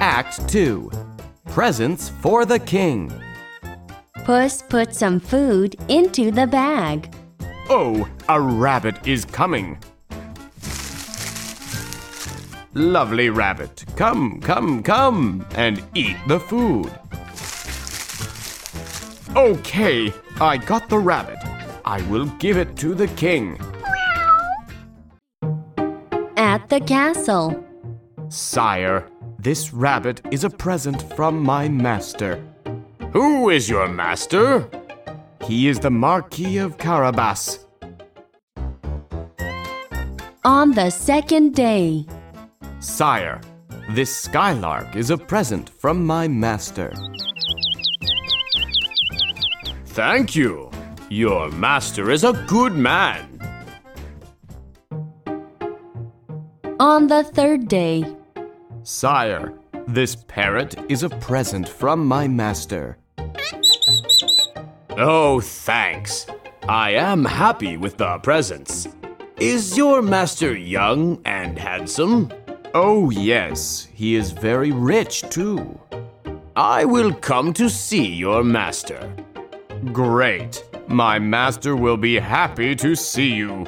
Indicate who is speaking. Speaker 1: Act 2 Presents for the King.
Speaker 2: Puss put some food into the bag.
Speaker 1: Oh, a rabbit is coming. Lovely rabbit, come, come, come, and eat the food. Okay, I got the rabbit. I will give it to the king.
Speaker 2: At the castle,
Speaker 1: Sire, this rabbit is a present from my master. Who is your master? He is the Marquis of Carabas.
Speaker 2: on the second day,
Speaker 1: Sire, this skylark is a present from my master. Thank you. Your master is a good man.
Speaker 2: on the third day,
Speaker 1: Sire, this parrot is a present from my master. Oh, thanks. I am happy with the presents. Is your master young and handsome? Oh, yes. He is very rich, too. I will come to see your master. Great. My master will be happy to see you.